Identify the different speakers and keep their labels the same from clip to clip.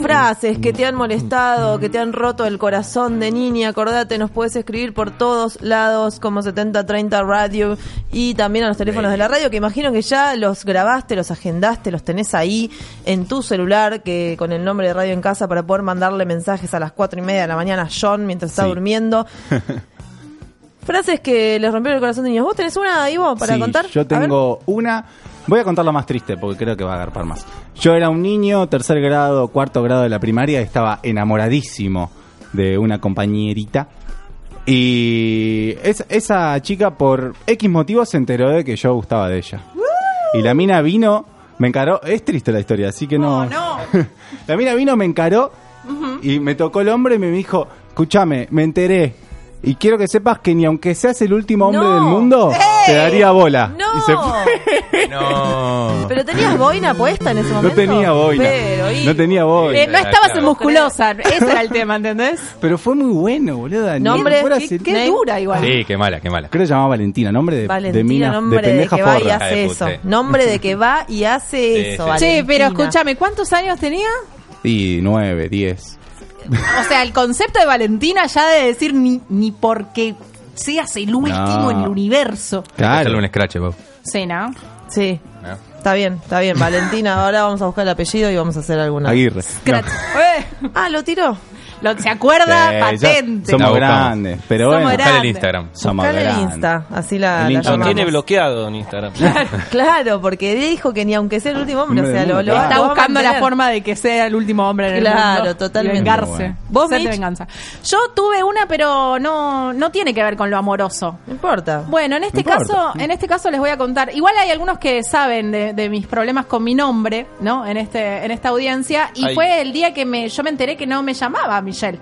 Speaker 1: frases que te han molestado, que te han roto el corazón de niña, acordate, nos puedes escribir por todos lados como 7030 Radio y también a los teléfonos de la radio, que imagino que ya los grabaste, los agendaste, los tenés ahí en tu celular, que con el nombre de Radio en Casa para poder mandarle mensajes a las cuatro y media de la mañana a John mientras está
Speaker 2: Sí.
Speaker 1: durmiendo. Frases que les rompieron el corazón de niños. ¿Vos tenés una, Ivo, para
Speaker 2: Sí,
Speaker 1: contar? A
Speaker 2: Yo
Speaker 1: ver.
Speaker 2: tengo una. Voy a contar la más triste porque creo que va a agarpar más. Yo era un niño, tercer grado, cuarto grado de la primaria, y estaba enamoradísimo de una compañerita. Y es- esa chica, por X motivo, se enteró de que yo gustaba de ella. Y la mina vino, me encaró. Es triste la historia, así que no.
Speaker 1: Oh, no.
Speaker 2: La mina vino, me encaró y me tocó el hombro y me dijo: Escúchame, me enteré. Y quiero que sepas que ni aunque seas el último hombre
Speaker 1: No.
Speaker 2: del mundo,
Speaker 1: ¡Ey!
Speaker 2: te daría bola.
Speaker 1: No.
Speaker 2: Y se fue.
Speaker 3: No.
Speaker 1: Pero tenías boina puesta en ese
Speaker 2: No
Speaker 1: momento.
Speaker 2: tenía boina.
Speaker 1: Pero, Ivo.
Speaker 2: No tenía
Speaker 4: Eh,
Speaker 2: boina.
Speaker 4: no estabas
Speaker 3: Claro.
Speaker 4: musculosa, ese era el tema, ¿entendés?
Speaker 2: Pero fue muy bueno, boludo. Daniel.
Speaker 1: Nombre,
Speaker 2: Fuera
Speaker 1: ¿qué-
Speaker 2: ser-
Speaker 1: qué
Speaker 4: Name.
Speaker 1: dura igual.
Speaker 3: Sí, qué mala, qué mala.
Speaker 2: Creo que se llamaba Valentina, nombre de,
Speaker 1: Valentina,
Speaker 2: de mina,
Speaker 1: nombre
Speaker 2: de
Speaker 1: de,
Speaker 2: pendeja
Speaker 1: que va y
Speaker 2: forra.
Speaker 3: Hija de
Speaker 1: hace eso.
Speaker 3: Eh, puta.
Speaker 1: Nombre de que va y hace eso.
Speaker 3: sí.
Speaker 4: Che, pero
Speaker 1: Valentina.
Speaker 4: escúchame, ¿cuántos años tenía?
Speaker 2: Y nueve, diez.
Speaker 4: O sea, el concepto de Valentina ya de decir ni, ni porque seas el último
Speaker 2: No.
Speaker 4: en el universo.
Speaker 3: Hacerle
Speaker 2: Claro.
Speaker 3: un scratch, Bob.
Speaker 4: Sí, ¿no?
Speaker 1: Sí,
Speaker 3: ¿No?
Speaker 1: está bien, está bien. Valentina, ahora vamos a buscar el apellido y vamos a hacer alguna.
Speaker 2: Aguirre.
Speaker 4: Crat-
Speaker 2: No.
Speaker 4: Eh,
Speaker 1: Ah, lo tiró.
Speaker 4: Lo que se acuerda,
Speaker 2: Sí, ya
Speaker 4: patente.
Speaker 2: Somos
Speaker 3: La buscamos.
Speaker 2: grandes, pero
Speaker 4: Somos
Speaker 2: bueno.
Speaker 4: grandes.
Speaker 3: Buscale el
Speaker 4: Grande.
Speaker 3: Instagram.
Speaker 2: Somos
Speaker 1: Buscale en
Speaker 2: grandes.
Speaker 1: Insta, así la, la
Speaker 2: El hincha
Speaker 5: Lo
Speaker 2: Vamos.
Speaker 1: llamamos.
Speaker 5: tiene bloqueado en Instagram.
Speaker 1: Claro, porque dijo que ni aunque sea el último hombre, o sea, lo, lo-
Speaker 2: Claro.
Speaker 1: lo
Speaker 4: Está
Speaker 1: va a
Speaker 4: buscando la
Speaker 1: mantener.
Speaker 4: forma de que sea el último hombre en el
Speaker 1: Claro,
Speaker 4: mundo. y
Speaker 1: totalmente.
Speaker 4: vengarse.
Speaker 2: Bueno.
Speaker 1: ¿Vos,
Speaker 4: Ser de
Speaker 1: Mitch?
Speaker 4: venganza. Yo tuve una, pero no, no tiene que ver con lo amoroso.
Speaker 1: No importa.
Speaker 4: Bueno, en este
Speaker 2: No importa.
Speaker 4: caso, en este caso les voy a contar. Igual hay algunos que saben de, de mis problemas con mi nombre, ¿no? En este, en esta audiencia. Y
Speaker 5: Ay.
Speaker 4: fue el día que me, yo me enteré que no me llamaba Michelle.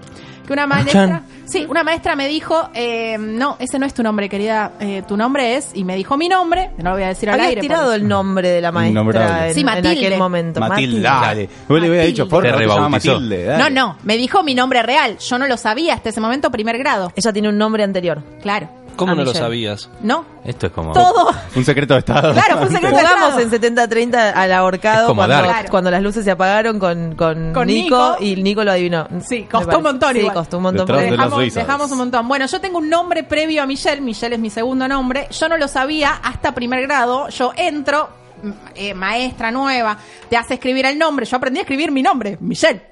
Speaker 4: Que una maestra, sí, una maestra me dijo, eh, no, ese no es tu nombre, querida, eh, tu nombre es, y me dijo mi nombre, no lo voy a decir al
Speaker 1: Había
Speaker 4: aire.
Speaker 1: tirado
Speaker 4: porque-
Speaker 1: el nombre de la maestra
Speaker 2: Innombrable.
Speaker 1: en,
Speaker 4: Sí,
Speaker 1: en
Speaker 4: Matilde.
Speaker 1: aquel momento.
Speaker 2: Matilde, dale. Vos le hubiera dicho, forra,
Speaker 3: Te
Speaker 2: no te llamaba
Speaker 3: rebautizó.
Speaker 2: Matilde. dale.
Speaker 4: No, no, me dijo mi nombre real, yo no lo sabía hasta ese momento, primer grado,
Speaker 1: Ella tiene un nombre anterior.
Speaker 4: claro,
Speaker 5: ¿Cómo
Speaker 1: A
Speaker 5: no lo
Speaker 1: Michelle.
Speaker 5: sabías?
Speaker 4: no,
Speaker 3: Esto es como.
Speaker 4: todo,
Speaker 2: Un secreto de Estado.
Speaker 4: claro, fue un secreto de
Speaker 1: Jugamos
Speaker 4: grado.
Speaker 1: en 70-30 al
Speaker 3: Es
Speaker 1: ahorcado
Speaker 3: como
Speaker 1: cuando,
Speaker 3: Dark.
Speaker 1: cuando las luces se apagaron con, con,
Speaker 4: Con
Speaker 1: Nico,
Speaker 4: Nico.
Speaker 1: y Nico lo adivinó.
Speaker 4: Sí,
Speaker 1: Me
Speaker 4: costó un
Speaker 1: parece.
Speaker 4: montón
Speaker 1: Sí,
Speaker 4: igual.
Speaker 1: costó un montón.
Speaker 2: Detrás
Speaker 1: porque-
Speaker 2: de la-
Speaker 4: dejamos,
Speaker 2: los Wizards.
Speaker 4: dejamos un montón. Bueno, yo tengo un nombre previo a Michelle. Michelle es mi segundo nombre. Yo no lo sabía hasta primer grado. Yo entro, m- eh, maestra nueva, te hace escribir el nombre. Yo aprendí a escribir mi nombre, Michelle.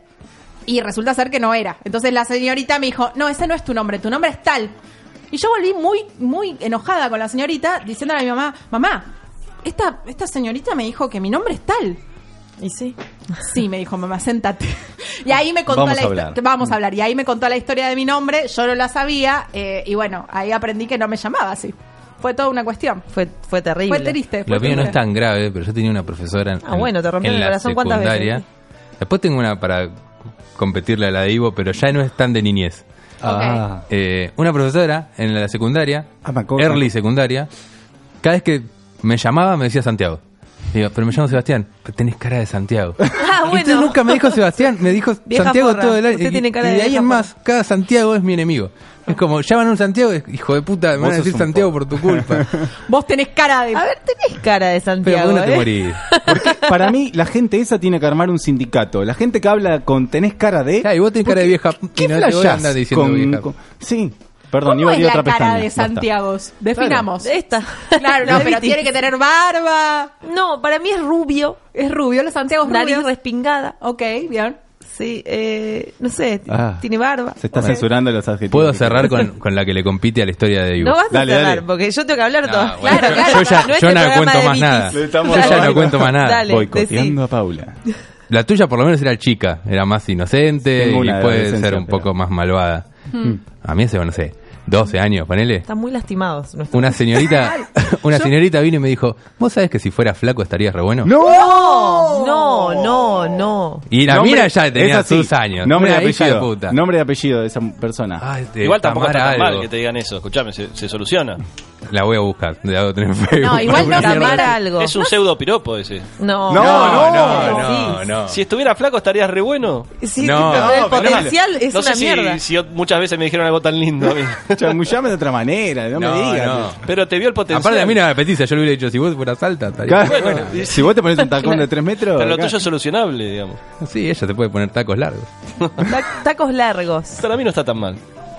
Speaker 4: Y resulta ser que no era. Entonces la señorita me dijo, no, ese no es tu nombre, tu nombre es tal. Y yo volví muy, muy enojada con la señorita, diciéndole a mi mamá, mamá, esta, esta señorita me dijo que mi nombre es tal.
Speaker 1: Y sí.
Speaker 4: Sí, me dijo mamá, séntate. Y ahí me contó
Speaker 2: Vamos
Speaker 4: la
Speaker 2: a
Speaker 4: historia.
Speaker 2: hablar.
Speaker 4: Vamos a hablar. Y ahí me contó la historia de mi nombre, yo no la sabía, eh, y bueno, ahí aprendí que no me llamaba así. Fue toda una cuestión.
Speaker 1: Fue, fue terrible.
Speaker 4: Fue triste. fue
Speaker 3: Lo mío no
Speaker 4: triste.
Speaker 3: es tan grave, pero yo tenía una profesora en,
Speaker 1: Ah, bueno, te rompieron el
Speaker 3: en la
Speaker 1: corazón, ¿cuántas
Speaker 3: secundaria.
Speaker 1: veces?
Speaker 3: Después tengo una para competirle a la de Ivo, pero ya no es tan de niñez.
Speaker 2: Ah.
Speaker 3: Eh, una profesora en la secundaria,
Speaker 2: Ah, me acuerdo.
Speaker 3: early secundaria, cada vez que me llamaba me decía Santiago. Digo, pero me llamo Sebastián, pero tenés cara de Santiago.
Speaker 1: Ah, bueno.
Speaker 3: Entonces nunca me dijo Sebastián, me dijo
Speaker 1: Vieja
Speaker 3: Santiago
Speaker 1: forra.
Speaker 3: todo el año.
Speaker 1: Usted
Speaker 3: Y,
Speaker 1: tiene cara
Speaker 3: y
Speaker 1: de
Speaker 3: de ahí
Speaker 1: vieja
Speaker 3: en más, cada Santiago es mi enemigo. Es como, llaman a un Santiago, es, hijo de puta, me
Speaker 2: Vos
Speaker 3: van a decir
Speaker 2: sos un
Speaker 3: Santiago
Speaker 2: forra.
Speaker 3: por tu culpa.
Speaker 4: Vos tenés cara de.
Speaker 1: A ver, tenés cara de
Speaker 3: pero
Speaker 1: Santiago.
Speaker 3: vos no te
Speaker 1: ¿eh?
Speaker 3: morís.
Speaker 2: Porque para mí, la gente esa tiene que armar un sindicato. La gente que habla con tenés cara de.
Speaker 3: Ya, y vos tenés cara de vieja.
Speaker 2: ¿Qué
Speaker 3: y no te voy a
Speaker 2: flashás
Speaker 3: andar diciendo
Speaker 2: con-
Speaker 3: vieja.
Speaker 2: con- Sí, perdón,
Speaker 4: ¿Cómo
Speaker 2: iba a
Speaker 4: es
Speaker 2: ir a
Speaker 4: la
Speaker 2: otra
Speaker 4: cara
Speaker 2: pestaña.
Speaker 4: de
Speaker 2: Basta.
Speaker 4: Santiago? Definamos.
Speaker 1: Esta.
Speaker 4: Claro, no,
Speaker 1: La
Speaker 4: pero
Speaker 1: Viti.
Speaker 4: tiene que tener barba.
Speaker 1: No, para mí es rubio.
Speaker 4: Es rubio, los Santiagos
Speaker 1: Nariz
Speaker 4: rubios.
Speaker 1: respingada.
Speaker 4: Ok, bien.
Speaker 1: Sí, eh, no sé, t-
Speaker 2: Ah.
Speaker 1: tiene barba.
Speaker 2: Se está censurando los adjetivos.
Speaker 3: Puedo cerrar con, con la que le compite a la historia de Ivo.
Speaker 1: No vas
Speaker 2: Dale,
Speaker 1: a cerrar,
Speaker 2: dale.
Speaker 1: porque yo tengo que hablar
Speaker 3: No,
Speaker 1: todo.
Speaker 3: bueno,
Speaker 1: claro,
Speaker 3: yo-
Speaker 1: claro.
Speaker 3: yo ya-
Speaker 1: no es
Speaker 3: yo
Speaker 1: el
Speaker 3: no
Speaker 1: programa
Speaker 3: cuento
Speaker 1: de
Speaker 3: más
Speaker 1: Vitis.
Speaker 3: nada.
Speaker 2: Le estamos
Speaker 3: Yo ya
Speaker 1: Dale.
Speaker 3: no cuento más nada.
Speaker 1: Dale,
Speaker 2: Boicoteando a Paula.
Speaker 3: La tuya por lo menos era chica, era más inocente
Speaker 2: Tengo
Speaker 3: y
Speaker 2: una de
Speaker 3: puede
Speaker 2: adolescencia,
Speaker 3: ser un
Speaker 2: pero-
Speaker 3: poco más malvada.
Speaker 1: Hmm.
Speaker 3: A mí hace, no sé, 12 años, ponele.
Speaker 1: Están muy lastimados. nuestros-
Speaker 3: Una señorita, una señorita vino y me dijo, ¿vos sabés que si fuera flaco estarías re bueno?
Speaker 1: No, no, no, no.
Speaker 3: Y la
Speaker 2: Nombre-
Speaker 3: mira ya tenía
Speaker 2: esa sí,
Speaker 3: sus años.
Speaker 2: Nombre y
Speaker 3: Una hija
Speaker 2: apellido.
Speaker 3: de puta.
Speaker 2: Nombre y apellido de esa persona.
Speaker 3: Ay, de
Speaker 5: Igual tampoco está
Speaker 3: Tamara
Speaker 5: tan mal
Speaker 3: Este, algo.
Speaker 5: que te digan eso. Escuchame, se, se soluciona.
Speaker 3: La voy a buscar. La voy a tener en Facebook.
Speaker 4: No, igual no
Speaker 3: Una mierda.
Speaker 1: cambiar algo.
Speaker 5: Es un pseudo piropo ese.
Speaker 1: No,
Speaker 2: No, no,
Speaker 3: No, no, no. no.
Speaker 5: Si estuviera flaco estarías re bueno.
Speaker 1: Sí,
Speaker 3: No,
Speaker 1: pero el
Speaker 5: No, pero
Speaker 1: potencial
Speaker 5: no,
Speaker 1: es
Speaker 5: no
Speaker 1: una
Speaker 5: sé si-
Speaker 1: mierda.
Speaker 5: Si, yo- muchas veces me dijeron algo tan lindo a mí.
Speaker 2: Chamullame de otra manera, no,
Speaker 3: No,
Speaker 2: me digas.
Speaker 3: no.
Speaker 5: Pero te vio el potencial.
Speaker 3: Aparte, a mí no me apetece. Yo le hubiera dicho, si vos fueras alta, estaría
Speaker 2: Claro,
Speaker 3: buena.
Speaker 2: si vos te pones un tacón de 3 metros.
Speaker 5: Pero lo
Speaker 2: acá-
Speaker 5: tuyo es solucionable, digamos.
Speaker 3: Sí, ella te puede poner tacos largos.
Speaker 1: Ta- Tacos largos.
Speaker 5: Para mí no está tan mal.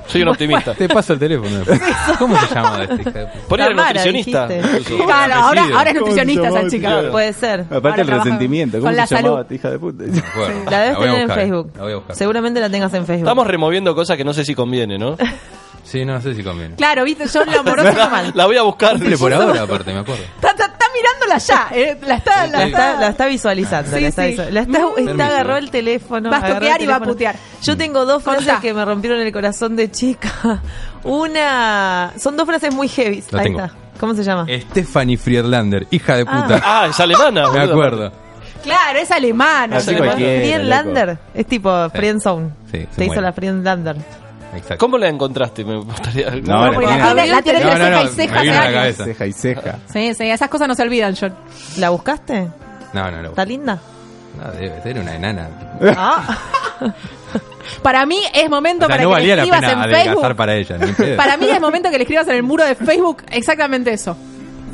Speaker 5: Soy un optimista.
Speaker 3: Te paso el teléfono. después. ¿Cómo se llama de este hija de puta?
Speaker 5: Poner al
Speaker 1: Tamara,
Speaker 5: nutricionista.
Speaker 1: dijiste.
Speaker 5: incluso.
Speaker 4: Claro, ahora,
Speaker 3: apellido.
Speaker 4: ahora es nutricionista esa
Speaker 2: Concha,
Speaker 4: chica.
Speaker 1: Puede ser.
Speaker 2: Aparte el
Speaker 4: trabaja
Speaker 2: resentimiento, ¿cómo
Speaker 4: con la
Speaker 2: se llamaba
Speaker 4: salud.
Speaker 2: tu hija de puta?
Speaker 3: No me acuerdo.
Speaker 1: La debes
Speaker 3: voy a
Speaker 1: tener en
Speaker 3: buscar, eh.
Speaker 1: Facebook.
Speaker 3: La voy a buscar.
Speaker 1: Seguramente la tengas en Facebook.
Speaker 5: Estamos removiendo cosas que no sé si conviene, ¿no?
Speaker 3: Sí, no, no sé si conviene.
Speaker 4: Claro, viste, yo lo amoroso está mal.
Speaker 5: La voy a buscar.
Speaker 3: Cumple por ahora, aparte, me acuerdo.
Speaker 4: Está, está- está mirándola ya. eh, la está, la
Speaker 1: la está,
Speaker 4: está-
Speaker 1: la está visualizando.
Speaker 4: Sí,
Speaker 1: la está,
Speaker 4: sí.
Speaker 1: visual- la está- está
Speaker 3: Permiso.
Speaker 1: agarró el teléfono.
Speaker 4: Vas a
Speaker 1: agarró el
Speaker 4: toquear y va a
Speaker 1: teléfono.
Speaker 4: putear.
Speaker 1: Yo tengo dos frases
Speaker 4: Contá.
Speaker 1: que me rompieron el corazón de chica. Una. Son dos frases muy heavy.
Speaker 3: Lo
Speaker 1: Ahí
Speaker 3: tengo. Eh,
Speaker 1: está. ¿Cómo se llama?
Speaker 3: Stephanie Friedlander, hija de
Speaker 1: Ah.
Speaker 3: puta.
Speaker 5: Ah, es alemana.
Speaker 3: me
Speaker 5: boludo.
Speaker 3: acuerdo.
Speaker 4: Claro, es alemana.
Speaker 2: Así
Speaker 4: es alemana.
Speaker 5: cualquiera.
Speaker 2: cualquiera,
Speaker 1: Friend
Speaker 2: loco.
Speaker 1: Lander. Es tipo Friend Zone.
Speaker 3: Sí, se
Speaker 1: Te hizo
Speaker 3: muere.
Speaker 1: la Friend Lander.
Speaker 3: Exacto.
Speaker 5: ¿Cómo la encontraste? Me gustaría.
Speaker 2: No,
Speaker 4: Porque
Speaker 2: Bueno,
Speaker 4: la tiene, la tiene
Speaker 1: no,
Speaker 4: entre
Speaker 3: no, no,
Speaker 4: ceja y ceja
Speaker 3: me vino
Speaker 4: hace
Speaker 3: a la
Speaker 4: años.
Speaker 3: cabeza.
Speaker 2: Ceja y ceja.
Speaker 4: Sí, sí, esas cosas no se olvidan, John.
Speaker 1: ¿La buscaste?
Speaker 3: No, no, no.
Speaker 1: ¿Está linda?
Speaker 3: No, debe ser una enana.
Speaker 1: Ah,
Speaker 4: Para mí es momento
Speaker 3: O sea,
Speaker 4: para
Speaker 3: no
Speaker 4: que le
Speaker 3: valía la
Speaker 4: escribas
Speaker 3: pena
Speaker 4: en Facebook.
Speaker 3: adelgazar para ella. ni en
Speaker 2: Eh.
Speaker 3: pedo.
Speaker 4: Para mí es momento que le escribas en el muro de Facebook exactamente eso.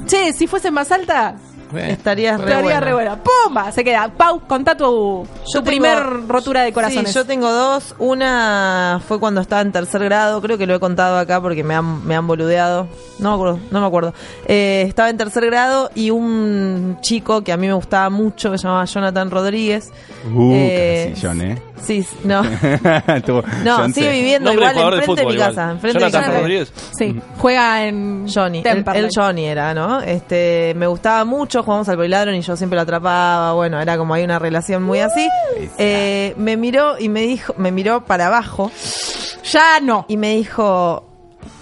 Speaker 4: Che, si fuese más alta,
Speaker 3: Bueno.
Speaker 1: estarías re
Speaker 4: estaría
Speaker 1: buena.
Speaker 4: re buena. ¡Pumba! Se queda. Pau, contá tu, tu
Speaker 1: Yo tengo-
Speaker 4: primer rotura de corazones.
Speaker 1: Sí, yo tengo dos. Una fue cuando estaba en tercer grado, creo que lo he contado acá porque me han, me han boludeado. No me acuerdo, no me acuerdo. Eh, estaba en tercer grado y un chico que a mí me gustaba mucho, que se llamaba Jonathan Rodríguez.
Speaker 2: Uh,
Speaker 1: Eh,
Speaker 2: canasillón, eh.
Speaker 1: Sí, s- no. No,
Speaker 2: John
Speaker 1: sigue
Speaker 2: C.
Speaker 1: viviendo
Speaker 5: Nombre de
Speaker 1: igual
Speaker 5: jugador
Speaker 1: enfrente
Speaker 5: de
Speaker 1: de,
Speaker 5: fútbol.
Speaker 1: mi
Speaker 5: igual.
Speaker 1: casa. Enfrente de
Speaker 5: Jonathan
Speaker 1: mi casa.
Speaker 5: Rodríguez.
Speaker 2: Mm.
Speaker 4: Sí, juega en
Speaker 1: Johnny, el,
Speaker 4: Temperley.
Speaker 1: el Johnny era, ¿no? Este, me gustaba mucho, jugábamos al poliladron y yo siempre lo atrapaba, bueno, era como hay una relación muy así. Eh, me miró y me dijo, me miró para abajo
Speaker 4: Ya no.
Speaker 1: y me dijo,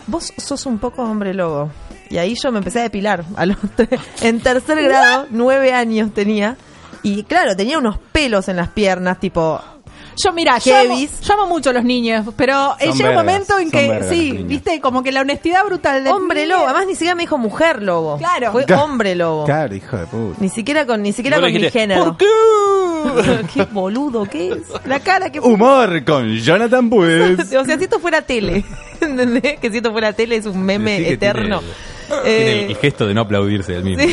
Speaker 1: vos sos un poco hombre lobo. Y ahí yo me empecé a depilar a los tres- en tercer grado, nueve años tenía. Y claro, tenía unos pelos en las piernas, tipo,
Speaker 4: Yo, mira, yo amo,
Speaker 1: Kevis.
Speaker 4: yo amo mucho a los niños, pero eh,
Speaker 2: Son
Speaker 4: llega un
Speaker 2: vergas,
Speaker 4: momento en
Speaker 2: son
Speaker 4: que,
Speaker 2: vergas
Speaker 4: sí,
Speaker 2: los niños.
Speaker 4: viste, como que la honestidad brutal del
Speaker 1: hombre
Speaker 4: niño-
Speaker 1: lobo. Además ni siquiera me dijo mujer lobo.
Speaker 4: Claro.
Speaker 1: Fue hombre lobo.
Speaker 2: Claro, hijo de puta.
Speaker 1: Ni siquiera con, ni siquiera
Speaker 5: Y vos
Speaker 1: con
Speaker 5: le
Speaker 1: mi
Speaker 5: dijiste,
Speaker 1: género.
Speaker 5: ¿Por qué?
Speaker 1: qué boludo que es. Uh. La cara que
Speaker 2: Humor con Jonathan Pues.
Speaker 1: O sea, si esto fuera tele, ¿entendés? Que si esto fuera tele es un meme
Speaker 3: Decí que
Speaker 1: eterno. Eh,
Speaker 3: tiene- tiene el- el gesto de no aplaudirse del mismo.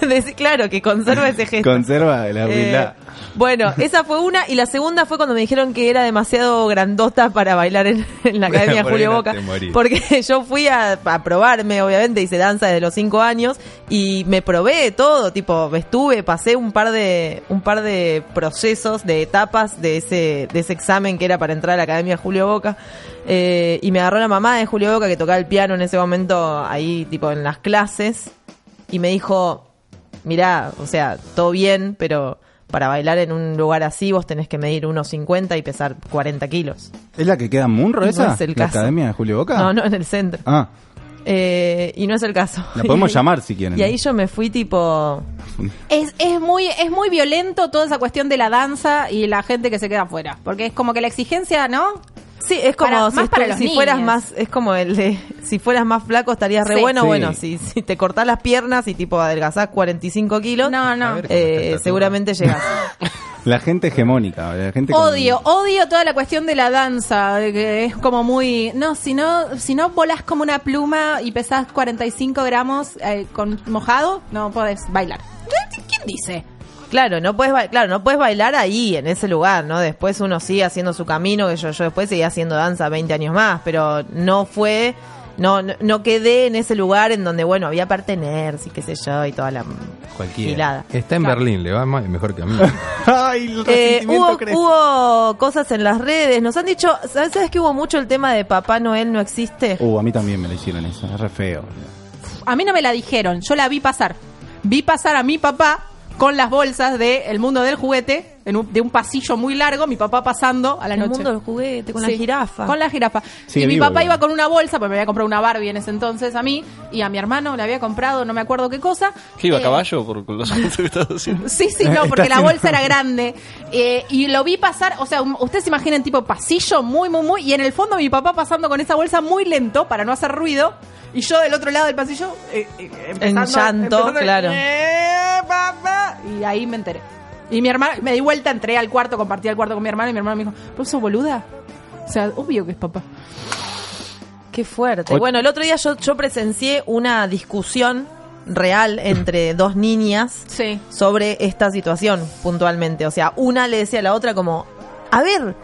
Speaker 1: Sí, decí- claro, que conserva ese gesto.
Speaker 2: Conserva la
Speaker 1: Eh,
Speaker 2: humildad.
Speaker 1: bueno, esa fue una. Y la segunda fue cuando me dijeron que era demasiado grandota para bailar en, en la Academia
Speaker 3: Por ahí
Speaker 1: Julio
Speaker 3: no
Speaker 1: Boca.
Speaker 3: te morís.
Speaker 1: Porque yo fui a, a probarme, obviamente, hice danza desde los cinco años. Y me probé todo, tipo, estuve, pasé un par de, un par de procesos, de etapas de ese, de ese examen que era para entrar a la Academia Julio Boca. Eh, y me agarró la mamá de Julio Boca que tocaba el piano en ese momento ahí, tipo, en las clases y me dijo, mirá, o sea, todo bien, pero para bailar en un lugar así vos tenés que medir 1,50 y pesar 40 kilos.
Speaker 2: ¿Es la que queda en Munro
Speaker 1: No
Speaker 2: esa?
Speaker 1: es el
Speaker 2: ¿La
Speaker 1: caso.
Speaker 2: Academia de Julio Boca?
Speaker 1: No, no, en el centro.
Speaker 2: Ah,
Speaker 1: Eh, y no es el caso.
Speaker 2: la podemos
Speaker 1: Y-
Speaker 2: llamar si quieren.
Speaker 1: Y ahí yo me fui tipo...
Speaker 4: Es, es muy es muy violento toda esa cuestión de la danza y la gente que se queda afuera. Porque es como que la exigencia, ¿no?
Speaker 1: Sí, es como
Speaker 4: Para-
Speaker 1: si,
Speaker 4: más para
Speaker 1: estu-
Speaker 4: los
Speaker 1: si fueras
Speaker 4: niños.
Speaker 1: más, es como el de, si fueras más flaco estarías re
Speaker 4: Sí.
Speaker 1: bueno,
Speaker 2: Sí.
Speaker 1: bueno, si, si te cortás las piernas y tipo adelgazás 45 kilos,
Speaker 4: No,
Speaker 3: A
Speaker 4: no.
Speaker 3: ver.
Speaker 1: eh, seguramente llegás.
Speaker 2: La gente hegemónica. La gente con-
Speaker 4: Odio, odio toda la cuestión de la danza, de que es como muy... No, si no, si no volás como una pluma y pesás 45 gramos eh, con mojado, no podés bailar. ¿Quién dice?
Speaker 1: Claro, no puedes ba- claro, no puedes bailar ahí en ese lugar, ¿no? Después uno sigue haciendo su camino, que yo yo después seguí haciendo danza 20 años más, pero no fue no no, no quedé en ese lugar en donde bueno, había pertenencia y qué sé yo y toda la
Speaker 2: Cualquiera.
Speaker 1: milada.
Speaker 3: Está en Berlín, le va más- mejor que a mí.
Speaker 2: Ay, el
Speaker 1: Eh,
Speaker 2: resentimiento
Speaker 1: hubo,
Speaker 2: crece.
Speaker 1: hubo cosas en las redes, nos han dicho, ¿sabes, sabes que hubo mucho el tema de Papá Noel no existe?
Speaker 2: Uh, a mí también me lo hicieron eso. Es re feo.
Speaker 4: A mí no me la dijeron, yo la vi pasar. Vi pasar a mi papá con las bolsas de El Mundo del Juguete en un- de un pasillo muy largo, mi papá pasando a la
Speaker 1: El
Speaker 4: noche.
Speaker 1: mundo del juguete, con la
Speaker 4: Sí,
Speaker 1: jirafa.
Speaker 4: Con la jirafa.
Speaker 2: Sigue
Speaker 4: y mi
Speaker 2: vivo,
Speaker 4: papá
Speaker 2: igual.
Speaker 4: iba con una bolsa, porque me había comprado una Barbie en ese entonces a mí, y a mi hermano le había comprado no me acuerdo qué cosa.
Speaker 5: ¿Qué iba a
Speaker 4: Eh,
Speaker 5: caballo por los gestos que estás haciendo?
Speaker 4: Sí, sí, no, porque la bolsa era grande. Eh, y lo vi pasar, o sea, um, ustedes se imaginan tipo pasillo, muy, muy, muy, y en el fondo mi papá pasando con esa bolsa muy lento para no hacer ruido. Y yo del otro lado del pasillo, eh, eh, empezando-
Speaker 1: llanto,
Speaker 4: empezando,
Speaker 1: claro.
Speaker 4: "Eh, papá". Y ahí me enteré. Y mi hermano, me di vuelta, entré al cuarto, compartí el cuarto con mi hermano, y mi hermano me dijo, ¿vos sos boluda? O sea, obvio que es papá.
Speaker 1: Qué fuerte.
Speaker 2: Ot-
Speaker 1: Bueno, el otro día yo, yo presencié una discusión real entre dos niñas
Speaker 4: Sí.
Speaker 1: sobre esta situación puntualmente. O sea, una le decía a la otra como, a ver,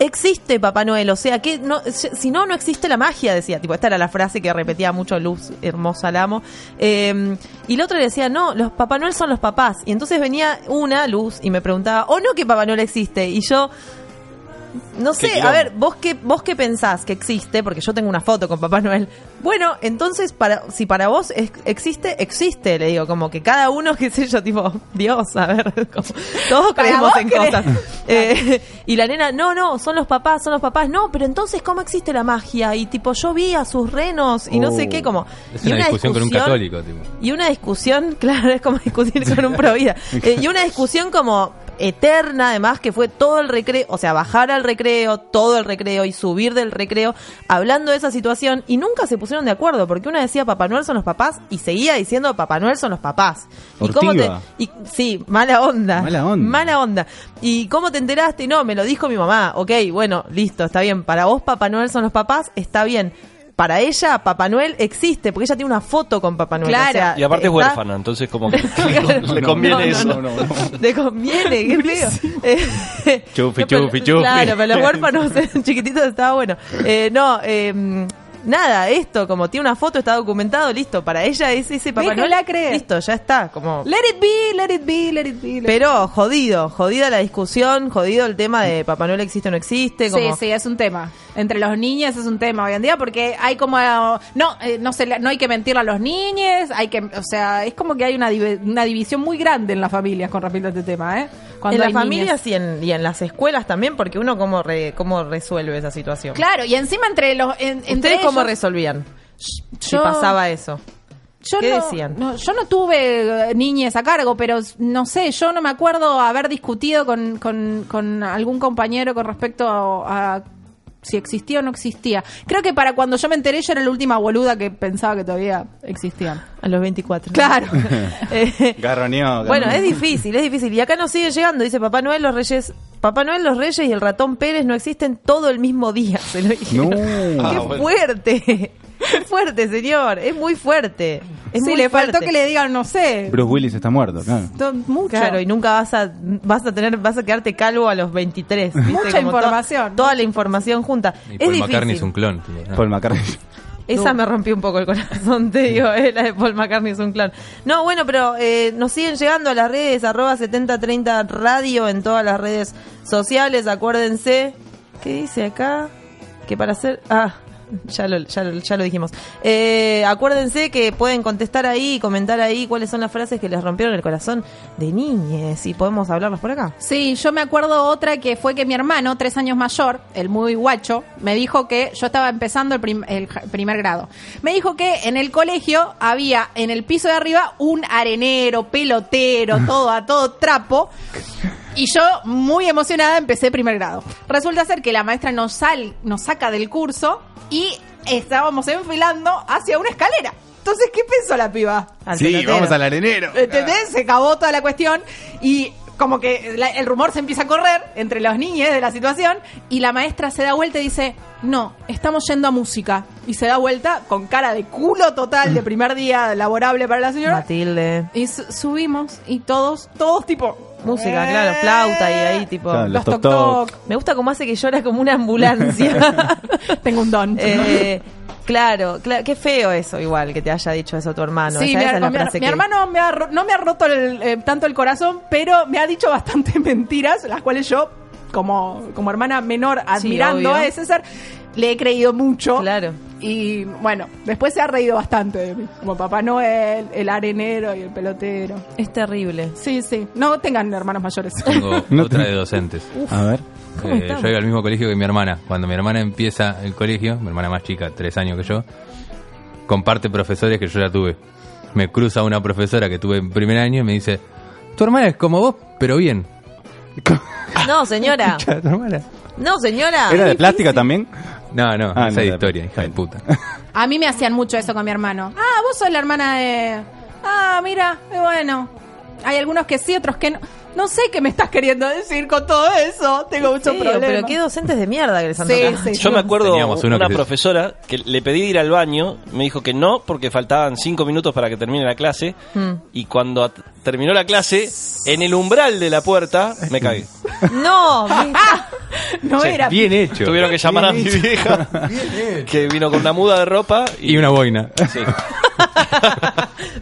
Speaker 1: existe Papá Noel, o sea, que no, si no, no existe la magia, decía. Tipo, esta era la frase que repetía mucho Luz, hermosa Lamo. Eh, y la otra le decía, no, los Papá Noel son los papás. Y entonces venía una, Luz, y me preguntaba, ¿o no que Papá Noel existe? Y yo... No sé,
Speaker 5: Qué
Speaker 1: a
Speaker 5: quilombo.
Speaker 1: ver, vos qué, vos qué pensás que existe, porque yo tengo una foto con Papá Noel. Bueno, entonces, para, si para vos es- existe, existe, le digo, como que cada uno, qué sé yo, tipo, Dios, a ver, como- todos
Speaker 4: Para
Speaker 1: creemos
Speaker 4: vos
Speaker 1: en
Speaker 4: crees.
Speaker 1: cosas. Eh, y la nena, no, no, son los papás, son los papás, no, pero entonces, ¿cómo existe la magia? Y tipo, yo vi a sus renos y no sé
Speaker 2: Oh.
Speaker 1: qué, como...
Speaker 3: Uh, Es
Speaker 1: y
Speaker 3: una, discusión, con un católico, tipo.
Speaker 1: y una discusión, claro, es como discutir con un provida. Eh, y una discusión como eterna, además, que fue todo el recreo, o sea, bajar al recreo, todo el recreo y subir del recreo, hablando de esa situación, y nunca se pusieron de acuerdo, porque una decía Papá Noel son los papás, y seguía diciendo Papá Noel son los papás. ¿Y
Speaker 2: Ortiva.
Speaker 1: cómo te, y, sí, mala onda.
Speaker 2: Mala onda.
Speaker 1: Mala onda. ¿Y cómo te enteraste? Y No, me lo dijo mi mamá. Ok, bueno, listo, está bien. Para vos Papá Noel son los papás, está bien. Para ella, Papá Noel existe, porque ella tiene una foto con Papá Noel.
Speaker 4: Claro.
Speaker 1: o sea,
Speaker 5: Y aparte es
Speaker 1: está-
Speaker 5: huérfana, entonces como que le conviene
Speaker 1: No, no,
Speaker 5: eso.
Speaker 1: no, Le conviene, qué feo. Eh,
Speaker 2: Chufi,
Speaker 1: no, pero-
Speaker 2: chufi, chufi.
Speaker 1: Claro, pero los huérfanos eh, chiquititos estaba bueno. Eh, no, eh, nada, esto, como tiene una foto, está documentado, listo. Para ella es ese papá. Noel.
Speaker 4: Déjela creer.
Speaker 1: Listo, ya está, como.
Speaker 4: Let it be, let it be, let it be. let it
Speaker 1: Pero jodido, jodida la discusión, jodido el tema de Papá Noel existe o no existe. Como,
Speaker 4: Sí, sí, es un tema. Entre los niños es un tema hoy en día porque hay como no eh, no se le- no hay que mentirle a los niños, hay que, o sea, es como que hay una, div- una división muy grande en las familias con respecto a este tema, ¿eh?
Speaker 1: En las
Speaker 4: hay niñes.
Speaker 1: familias y en, y en las escuelas también, porque uno cómo, re- cómo resuelve esa situación.
Speaker 4: Claro, y encima entre los en- entre
Speaker 1: ¿Ustedes cómo
Speaker 4: ellos-
Speaker 1: resolvían si
Speaker 4: yo-
Speaker 1: pasaba eso?
Speaker 4: Yo
Speaker 1: ¿Qué
Speaker 4: no,
Speaker 1: decían?
Speaker 4: no, yo no tuve eh, niñez a cargo, pero s- no sé, yo no me acuerdo haber discutido con, con- con algún compañero con respecto a, a si existía o no existía. Creo que para cuando yo me enteré yo era la última boluda que pensaba que todavía existían.
Speaker 1: A los 24.
Speaker 4: Claro.
Speaker 1: Eh,
Speaker 2: Garroneo.
Speaker 1: Bueno, es difícil, es difícil. Y acá nos sigue llegando, dice Papá Noel, los Reyes. Papá Noel, los Reyes y el ratón Pérez no existen todo el mismo día, se lo dijeron.
Speaker 2: No.
Speaker 1: ¡Qué
Speaker 5: Ah, bueno.
Speaker 1: fuerte! ¡Qué fuerte, señor! Es muy fuerte. Es
Speaker 4: sí,
Speaker 1: muy
Speaker 4: le faltó
Speaker 1: fuerte.
Speaker 4: que le digan, no sé,
Speaker 2: Bruce Willis está muerto, claro.
Speaker 4: to- mucho.
Speaker 1: Claro, y nunca vas a vas a tener vas a quedarte calvo a los 23. ¿viste?
Speaker 4: Mucha
Speaker 1: to-
Speaker 4: información.
Speaker 1: toda la información junta.
Speaker 3: Y
Speaker 1: es
Speaker 3: Paul McCartney es
Speaker 1: difícil.
Speaker 3: un clon, tipo, ¿no?
Speaker 2: Paul McCartney.
Speaker 1: Esa me rompió un poco el corazón, te digo, eh, la de Paul McCartney es un clon. No, bueno, pero eh, nos siguen llegando a las redes, arroba 7030 radio en todas las redes sociales, acuérdense. ¿Qué dice acá? Que para hacer... Ah, ya lo, ya lo, ya lo dijimos. Eh, acuérdense que pueden contestar ahí, y comentar ahí cuáles son las frases que les rompieron el corazón de niñez y podemos hablarlas por acá.
Speaker 4: Sí, yo me acuerdo otra que fue que mi hermano, tres años mayor, el muy guacho, me dijo que yo estaba empezando el, prim- el ja- primer grado. Me dijo que en el colegio había en el piso de arriba un arenero, pelotero, todo a todo trapo. Y yo, muy emocionada, empecé primer grado. Resulta ser que la maestra nos, sal, nos saca del curso y estábamos enfilando hacia una escalera. Entonces, ¿qué pensó la piba?
Speaker 1: Al
Speaker 2: Sí,
Speaker 1: pelotero.
Speaker 2: vamos al arenero.
Speaker 4: ¿Entendés? Se acabó toda la cuestión y como que la- el rumor se empieza a correr entre los niños de la situación y la maestra se da vuelta y dice, no, estamos yendo a música. Y se da vuelta con cara de culo total de primer día laborable para la señora.
Speaker 1: Matilde.
Speaker 4: Y su- subimos y todos, todos tipo...
Speaker 1: Música,
Speaker 4: "Eh".
Speaker 1: claro, flauta y ahí tipo...
Speaker 2: Claro.
Speaker 4: Los
Speaker 2: Los toc
Speaker 4: toc
Speaker 2: toc.
Speaker 4: toc.
Speaker 1: Me gusta cómo hace que llora como una ambulancia.
Speaker 4: Tengo un don.
Speaker 1: Eh, claro, cla- qué feo eso igual que te haya dicho eso tu hermano.
Speaker 4: Sí,
Speaker 1: Ah, Esa-
Speaker 4: mi,
Speaker 1: esa es la
Speaker 4: mi-
Speaker 1: frase
Speaker 4: mi
Speaker 1: que-
Speaker 4: hermano me ha ro- no me ha roto el, eh, tanto el corazón, pero me ha dicho bastantes mentiras, las cuales yo, como, como hermana menor, admirando
Speaker 1: obvio.
Speaker 4: a ese ser, le he creído mucho.
Speaker 1: Claro.
Speaker 4: Y bueno, después se ha reído bastante de mí, como Papá Noel, el arenero y el pelotero.
Speaker 1: Es terrible.
Speaker 4: Sí, sí, no tengan hermanos mayores.
Speaker 3: Tengo
Speaker 2: No
Speaker 3: otra
Speaker 2: te-
Speaker 3: de docentes.
Speaker 2: A ver.
Speaker 1: ¿Cómo
Speaker 3: Eh,
Speaker 1: estamos?
Speaker 3: yo iba al mismo colegio que mi hermana. Cuando mi hermana empieza el colegio, mi hermana más chica, tres años que yo, comparte profesores que yo ya tuve. Me cruza una profesora que tuve en primer año y me dice, tu hermana es como vos, pero bien.
Speaker 1: No, señora.
Speaker 3: Cha, ¿Tu hermana?
Speaker 1: No, señora.
Speaker 2: ¿Era de plástica también?
Speaker 3: No, no,
Speaker 2: Ah,
Speaker 3: esa es
Speaker 2: no,
Speaker 3: historia,
Speaker 2: no.
Speaker 3: hija de puta.
Speaker 4: A mí me hacían mucho eso con mi hermano. Ah, vos sos la hermana de... Ah, mira, y bueno. Hay algunos que sí, otros que no. No sé qué me estás queriendo decir con todo eso. Tengo mucho
Speaker 1: Sí,
Speaker 4: problema.
Speaker 1: pero qué docentes de mierda que les han
Speaker 4: Sí,
Speaker 1: tocado.
Speaker 4: sí.
Speaker 5: Yo me acuerdo
Speaker 3: Teníamos uno
Speaker 5: una
Speaker 3: que-
Speaker 5: profesora que le pedí ir al baño, me dijo que no porque faltaban cinco minutos para que termine la clase
Speaker 4: Hmm.
Speaker 1: Mm.
Speaker 5: y cuando at- terminó la clase, en el umbral de la puerta me cagué.
Speaker 1: No, me-
Speaker 4: No era.
Speaker 3: Bien hecho.
Speaker 5: Tuvieron que llamar a mi vieja que vino con una muda de ropa y,
Speaker 3: Y una boina.
Speaker 5: Sí.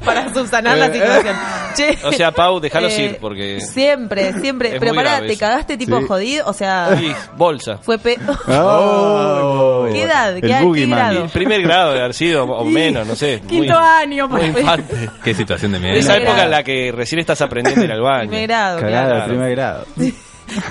Speaker 1: para subsanar la situación. Che,
Speaker 5: Eh, O sea, Pau, déjalos
Speaker 1: eh,
Speaker 5: ir porque
Speaker 1: Siempre, siempre.
Speaker 5: Es
Speaker 1: Pero
Speaker 5: muy
Speaker 1: pará,
Speaker 5: grave
Speaker 1: te
Speaker 5: eso.
Speaker 1: cagaste tipo
Speaker 2: Sí.
Speaker 1: jodido. O sea,
Speaker 5: Sí, bolsa.
Speaker 1: fue pe.
Speaker 2: Oh,
Speaker 1: ¿Qué edad? ¿Qué
Speaker 2: El
Speaker 1: edad? ¿Qué grado?
Speaker 2: boogeyman.
Speaker 5: Primer grado de haber sido o menos, no sé. muy-
Speaker 4: Quinto pues. año, por
Speaker 5: muy infante.
Speaker 3: Qué situación de mierda.
Speaker 5: Esa
Speaker 1: Primer
Speaker 5: época
Speaker 1: grado.
Speaker 5: en la que recién estás aprendiendo a ir al
Speaker 1: Primer
Speaker 5: baño.
Speaker 1: grado, claro.
Speaker 2: Cagada de primer grado.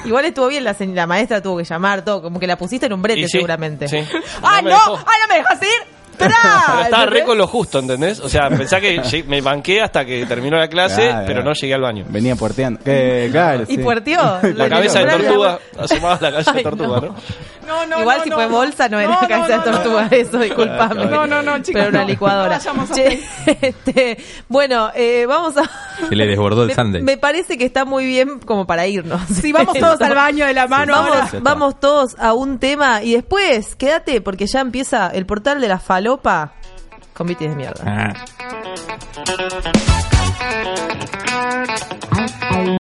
Speaker 1: Igual estuvo bien, la, sen- la maestra tuvo que llamar, todo. Como que la pusiste en un brete,
Speaker 5: Y sí,
Speaker 1: seguramente.
Speaker 5: sí.
Speaker 4: ¡Ah,
Speaker 5: me
Speaker 4: no!
Speaker 5: dejó.
Speaker 4: ¡Ah, no me dejas ir! ¡Tará!
Speaker 1: Ah,
Speaker 5: Pero estaba re
Speaker 4: ¿Entendés?
Speaker 5: con lo justo, ¿entendés? O sea, pensá que lleg- me banqué hasta que terminó la clase,
Speaker 2: Claro.
Speaker 5: pero no llegué al baño.
Speaker 2: Venía puerteando. Eh, claro,
Speaker 1: Y
Speaker 2: sí.
Speaker 1: puerteó.
Speaker 5: La cabeza de tortuga, asomaba la cabeza de
Speaker 1: Ay, no.
Speaker 5: tortuga, ¿no?
Speaker 4: No, no,
Speaker 1: Igual
Speaker 4: no,
Speaker 1: si
Speaker 4: no,
Speaker 1: fue
Speaker 4: no.
Speaker 1: bolsa, no era
Speaker 4: No, no,
Speaker 1: cabeza
Speaker 4: no,
Speaker 1: de
Speaker 4: no,
Speaker 1: tortuga,
Speaker 4: no.
Speaker 1: eso, disculpame.
Speaker 4: No, no, no, chicos,
Speaker 1: Pero una
Speaker 4: no. No
Speaker 1: licuadora.
Speaker 4: vayamos a-
Speaker 1: Che, este, bueno, eh, vamos a.
Speaker 3: Se le desbordó el
Speaker 1: me,
Speaker 3: Sunday.
Speaker 1: me parece que está muy bien como para irnos.
Speaker 4: Si vamos todos al baño de la mano
Speaker 1: vamos,
Speaker 4: ahora.
Speaker 2: Ya está.
Speaker 1: vamos todos a un tema y después quédate porque ya empieza el portal de la falopa con Vitis de mierda.
Speaker 3: Ah.